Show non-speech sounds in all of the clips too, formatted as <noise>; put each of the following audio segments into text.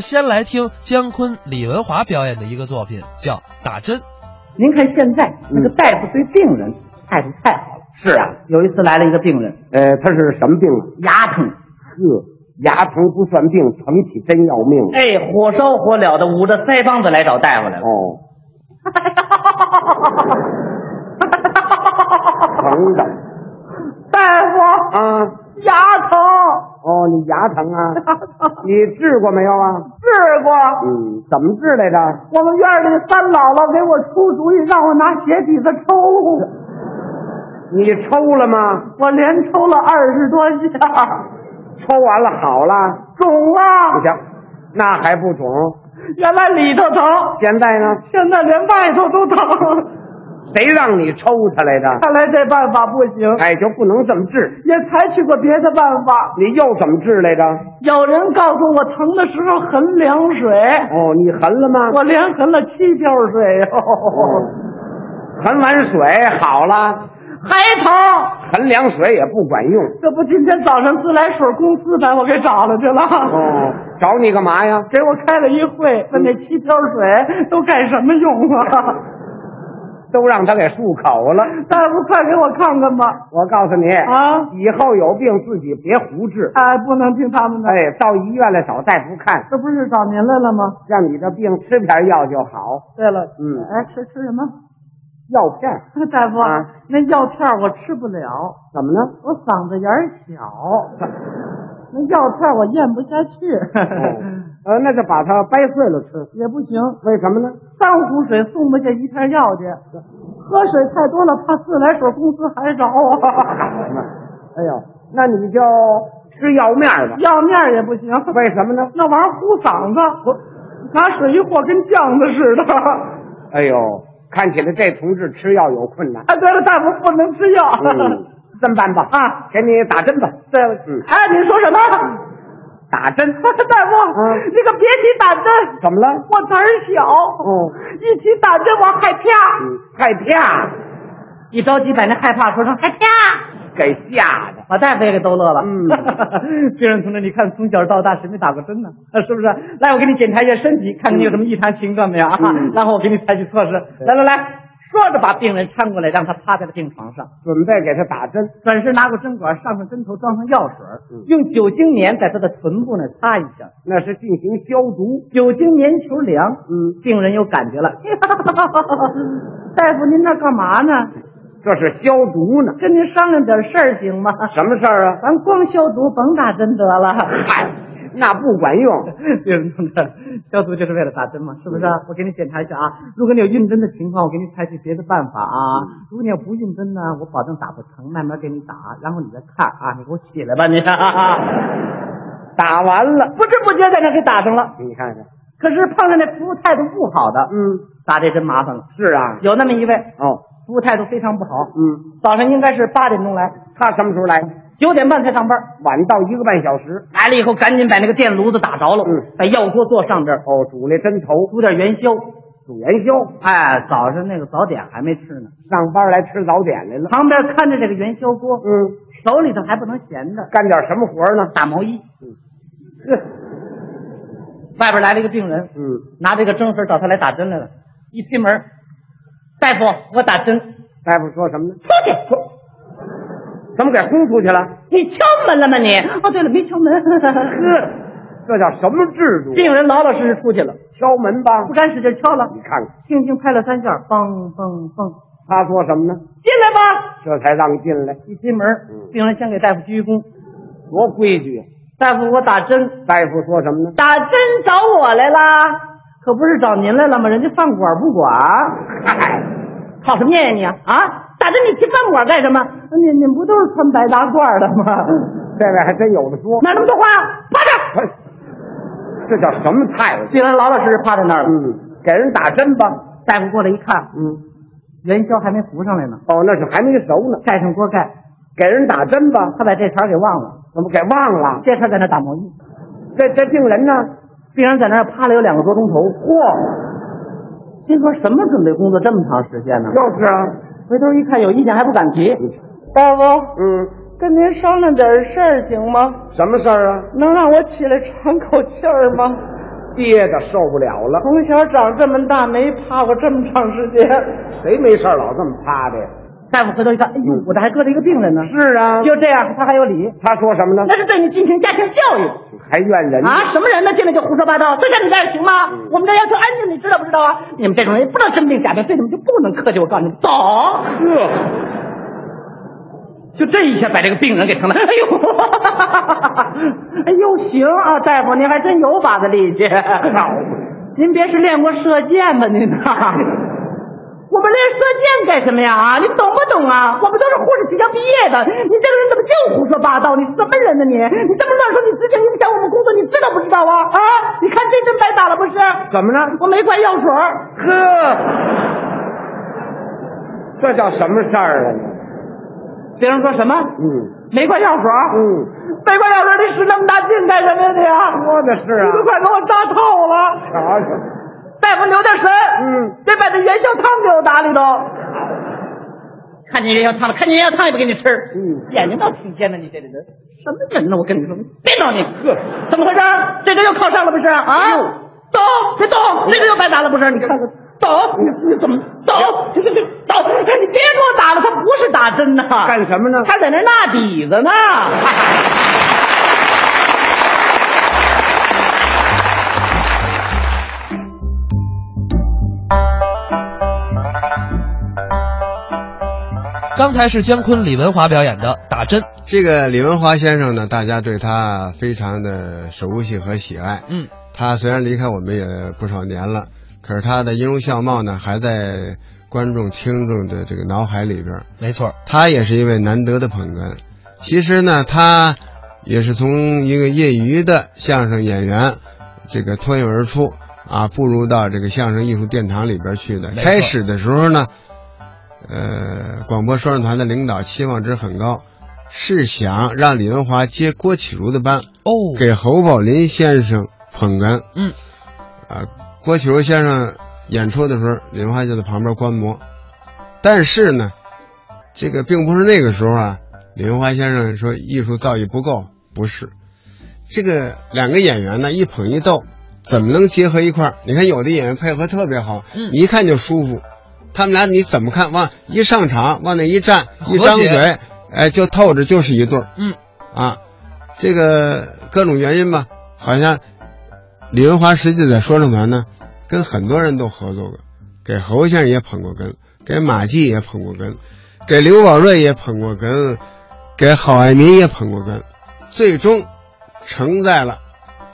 先来听姜昆、李文华表演的一个作品，叫《打针》。您看现在那个大夫对病人态度太好了。是啊，有一次来了一个病人，呃，他是什么病啊？牙疼，呵，牙疼不算病，疼起真要命。哎，火烧火燎的，捂着腮帮子来找大夫来了。 <laughs> 哦，疼的大啊，夫，牙疼，哦，你牙疼啊？你治过没有啊？治过。嗯，怎么治来着？我们院里三姥姥给我出主意，让我拿鞋底子抽，你抽了吗？ <laughs> 我连抽了二十多下，抽完了好了？肿不啊！行，那还不肿。原来里头疼，现在呢？现在连外头都疼。谁让你抽他来的？看来这办法不 <laughs> 行，哎，就不能这么治。也采取过别的办法。你又怎么治来着？有人告诉我，疼的时候很凉水，哦，你痕了吗？我连横了七瓢水哟、哦，痕完水好了。还疼。含凉水也不管用。这不今天早上自来水公司把我给找了去了，哦，找你干嘛呀？给我开了一会，问那七瓢水都干什么用啊？ <laughs> 都让他给漱口了。大夫，快给我看看吧！我告诉你，啊以后有病自己别胡治。哎，不能听他们的，哎，到医院来找大夫看，这不是找您来了吗？让你这病吃片药就好。对了，嗯哎，吃吃什么？ <laughs> 药片大夫，啊那药片儿我吃不了，怎么呢？我嗓子眼儿小，那药片儿我咽不下去，呃，那就把它掰碎了吃。 <laughs> 也不行。为什么呢？三壶水送不下一片药去，喝水太多了，怕自来水公司还找我。 <laughs> 哎呦，那你就吃药面吧。药面儿也不行，为什么呢？那玩意儿糊嗓子，拿水一和跟酱子似的。哎呦，看起来这同志吃药有 <laughs> 困难。啊，对了，大夫不能吃药。嗯，这么办吧， <laughs> 啊，给你打针吧。对了，嗯哎，你说什么？打 <laughs> 针。大夫，嗯你可别提打针，怎么了？我胆儿小， <laughs> 哦，一提打针我害怕。嗯，害怕，一着急把那害怕说成害怕，给吓的。把大夫也给逗乐了。嗯， <laughs> 病人同志，你看从小到大谁没打过针呢？ <laughs> 啊是不是？来，我给你检查一下身体，看看你有什么异常情状没有啊？嗯然后我给你采取措施。来来来，说着把病人搀过来，让他趴在了病床上。准备给他打针。转身拿过针管，上上针头，装上药水嗯，用酒精棉在他的臀部那儿哎擦一下。那是进行消毒。酒精棉球凉，嗯，病人有感觉了。 <laughs> 大夫，您那干嘛呢？这是消毒呢。跟您商量点事儿行吗？什么事儿啊？咱光消毒，甭打针得了。嗨，那不管用。 <laughs> 病人同志，消毒就是为了打针嘛，是不是？我给你检查一下啊，如果你有晕针的情况，我给你采取别的办法啊。如果你要不晕针呢，我保证打不疼，慢慢给你打，然后你再看啊。你给我起来吧，你。啊打完了，不知不觉在那给打上了。你看看。可是碰上那服务态度不好的，嗯，打这针麻烦了。是啊。有那么一位哦，服务态度非常不好，嗯，早上应该是八点钟来，他什么时候来？九点半才上班。晚到一个半小时。来了以后，赶紧把那个电炉子打着了，嗯把药锅做上这儿，哦，煮那针头，煮点元宵。煮元宵，哎，早上那个早点还没吃呢，上班来吃早点来了。旁边看着这个元宵锅，嗯，手里头还不能闲着，干点什么活儿呢？打毛衣。呵，外边来了一个病人，嗯，拿这个针水找他来打针来了。一推门，大夫，我打针。出大夫说什么呢？去。怎么给轰出去了？你敲门了吗你？哦，对了，没敲门。 <laughs> 呵，这叫什么制度？病人老老实实出去了，敲门吧不。敢使劲敲了你，看看，轻轻拍了三下，梆梆梆，他说什么呢？进来吧。这才让进来，一推门，嗯病人先给大夫鞠一躬，多规矩啊！大夫，我打针，大夫说什么呢？打针找我来啦，可不是找您来了吗？人家饭馆不管，嗨，讨什么厌呀你啊？啊打针你去饭馆干什么？你你们不都是穿白大褂的吗？这位还真有的说，哪那么多话？趴着！哎这叫什么态度？病人老老实实趴在那儿了。嗯，给人打针吧。大夫过来一看，嗯，元宵还没浮上来呢，哦，那是还没熟呢。盖上锅盖，给人打针吧，他把这茬给忘了，怎么给忘了？这茬在那打毛衣。这这病人呢？病人在那儿趴了有两个多钟头，嚯，心说什么准备工作这么长时间呢？就是啊。回头一看有意见还不敢提。大夫，嗯，跟您商量点事儿行吗？什么事儿啊？能让我起来喘口气儿吗？憋的受不了了。从小长这么大，没趴过这么长时间。谁没事儿老这么趴着呀？大夫回头一看，哎呦，我这还搁着一个病人呢。是啊就这样，他还有理，他说什么呢？那是对你进行家庭教育还怨人呢啊！什么人呢？进来就胡说八道，就像你这样行吗？嗯我们这要求安静，你知道不知道啊？你们这种人不知道真病假病，对你们就不能客气。我告诉你们，走。就这一下把这个病人给疼的，哎呦， <laughs> 哎呦，行啊，大夫，您还真有把子力气。您别是练过射箭吧？ <laughs> 您呐，我们练射箭干什么呀？啊，你懂不懂啊？我们都是护士学校毕业的，你这个人怎么净胡说八道？你什么人呢你？你这么乱说你自己影响我们工作，你知道不知道啊？啊，你看这针白打了不是？怎么了？我没灌药水儿。呵，这叫什么事儿啊？别人说什么？嗯没灌药水儿。嗯，没灌药水儿，你使那么大劲干什么呀你啊？说的是你都啊，快给我扎透了！瞧瞧，大夫留点神，嗯，别把这元宵汤给我打里头。看见元宵汤了，看见元宵汤也不给你吃，嗯眼睛倒挺尖的，你这个人什么人呢？我跟你说，别闹你，怎么回事？这个又靠上了不是啊？嗯走，别动，这个又白打了不是？你看看，走，你你怎么走？这这这走，你别给我打了，他不是打针呐、干什么呢？他在那儿纳底子 <laughs> 呢。刚才是姜昆、李文华表演的《打针》，这个李文华先生呢，大家对他非常的熟悉和喜爱。嗯，他虽然离开我们也不少年了，可是他的音容笑貌呢，还在观众、听众的这个脑海里边儿。没错儿，他也是一位难得的捧哏。其实呢，他也是从一个业余的相声演员，这个脱颖而出啊，步入到这个相声艺术殿堂里边去的。没错开始的时候呢，呃，广播说唱团的领导期望值很高，是想让李文华接郭启儒的班，哦，给侯宝林先生捧哏。嗯，啊，郭启儒先生演出的时候，李文华就在旁边观摩。但是呢，这个并不是那个时候啊，李文华先生说艺术造诣不够，不是。这个两个演员呢，一捧一逗，怎么能结合一块儿？你看有的演员配合特别好，嗯你一看就舒服。他们俩你怎么看？往一上场，往那一站，一和张谐嘴，哎，就透着就是一对儿。嗯，啊，这个各种原因吧，好像李文华实际在说唱团呢，跟很多人都合作过，给侯先生也捧过哏，给马季也捧过哏，给刘宝瑞也捧过哏，给郝爱民也捧过哏，最终承在了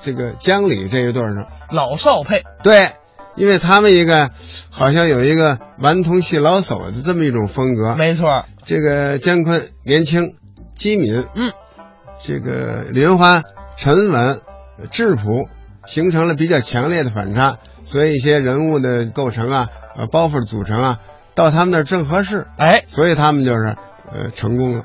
这个江里这一对儿上。老少配，对，因为他们一个好像有一个顽童戏老叟的这么一种风格，没错儿，这个姜昆年轻、机敏，嗯，这个李文华沉稳、质朴，形成了比较强烈的反差，所以一些人物的构成啊、呃包袱的组成啊，到他们那儿正合适，哎，所以他们就是呃成功了。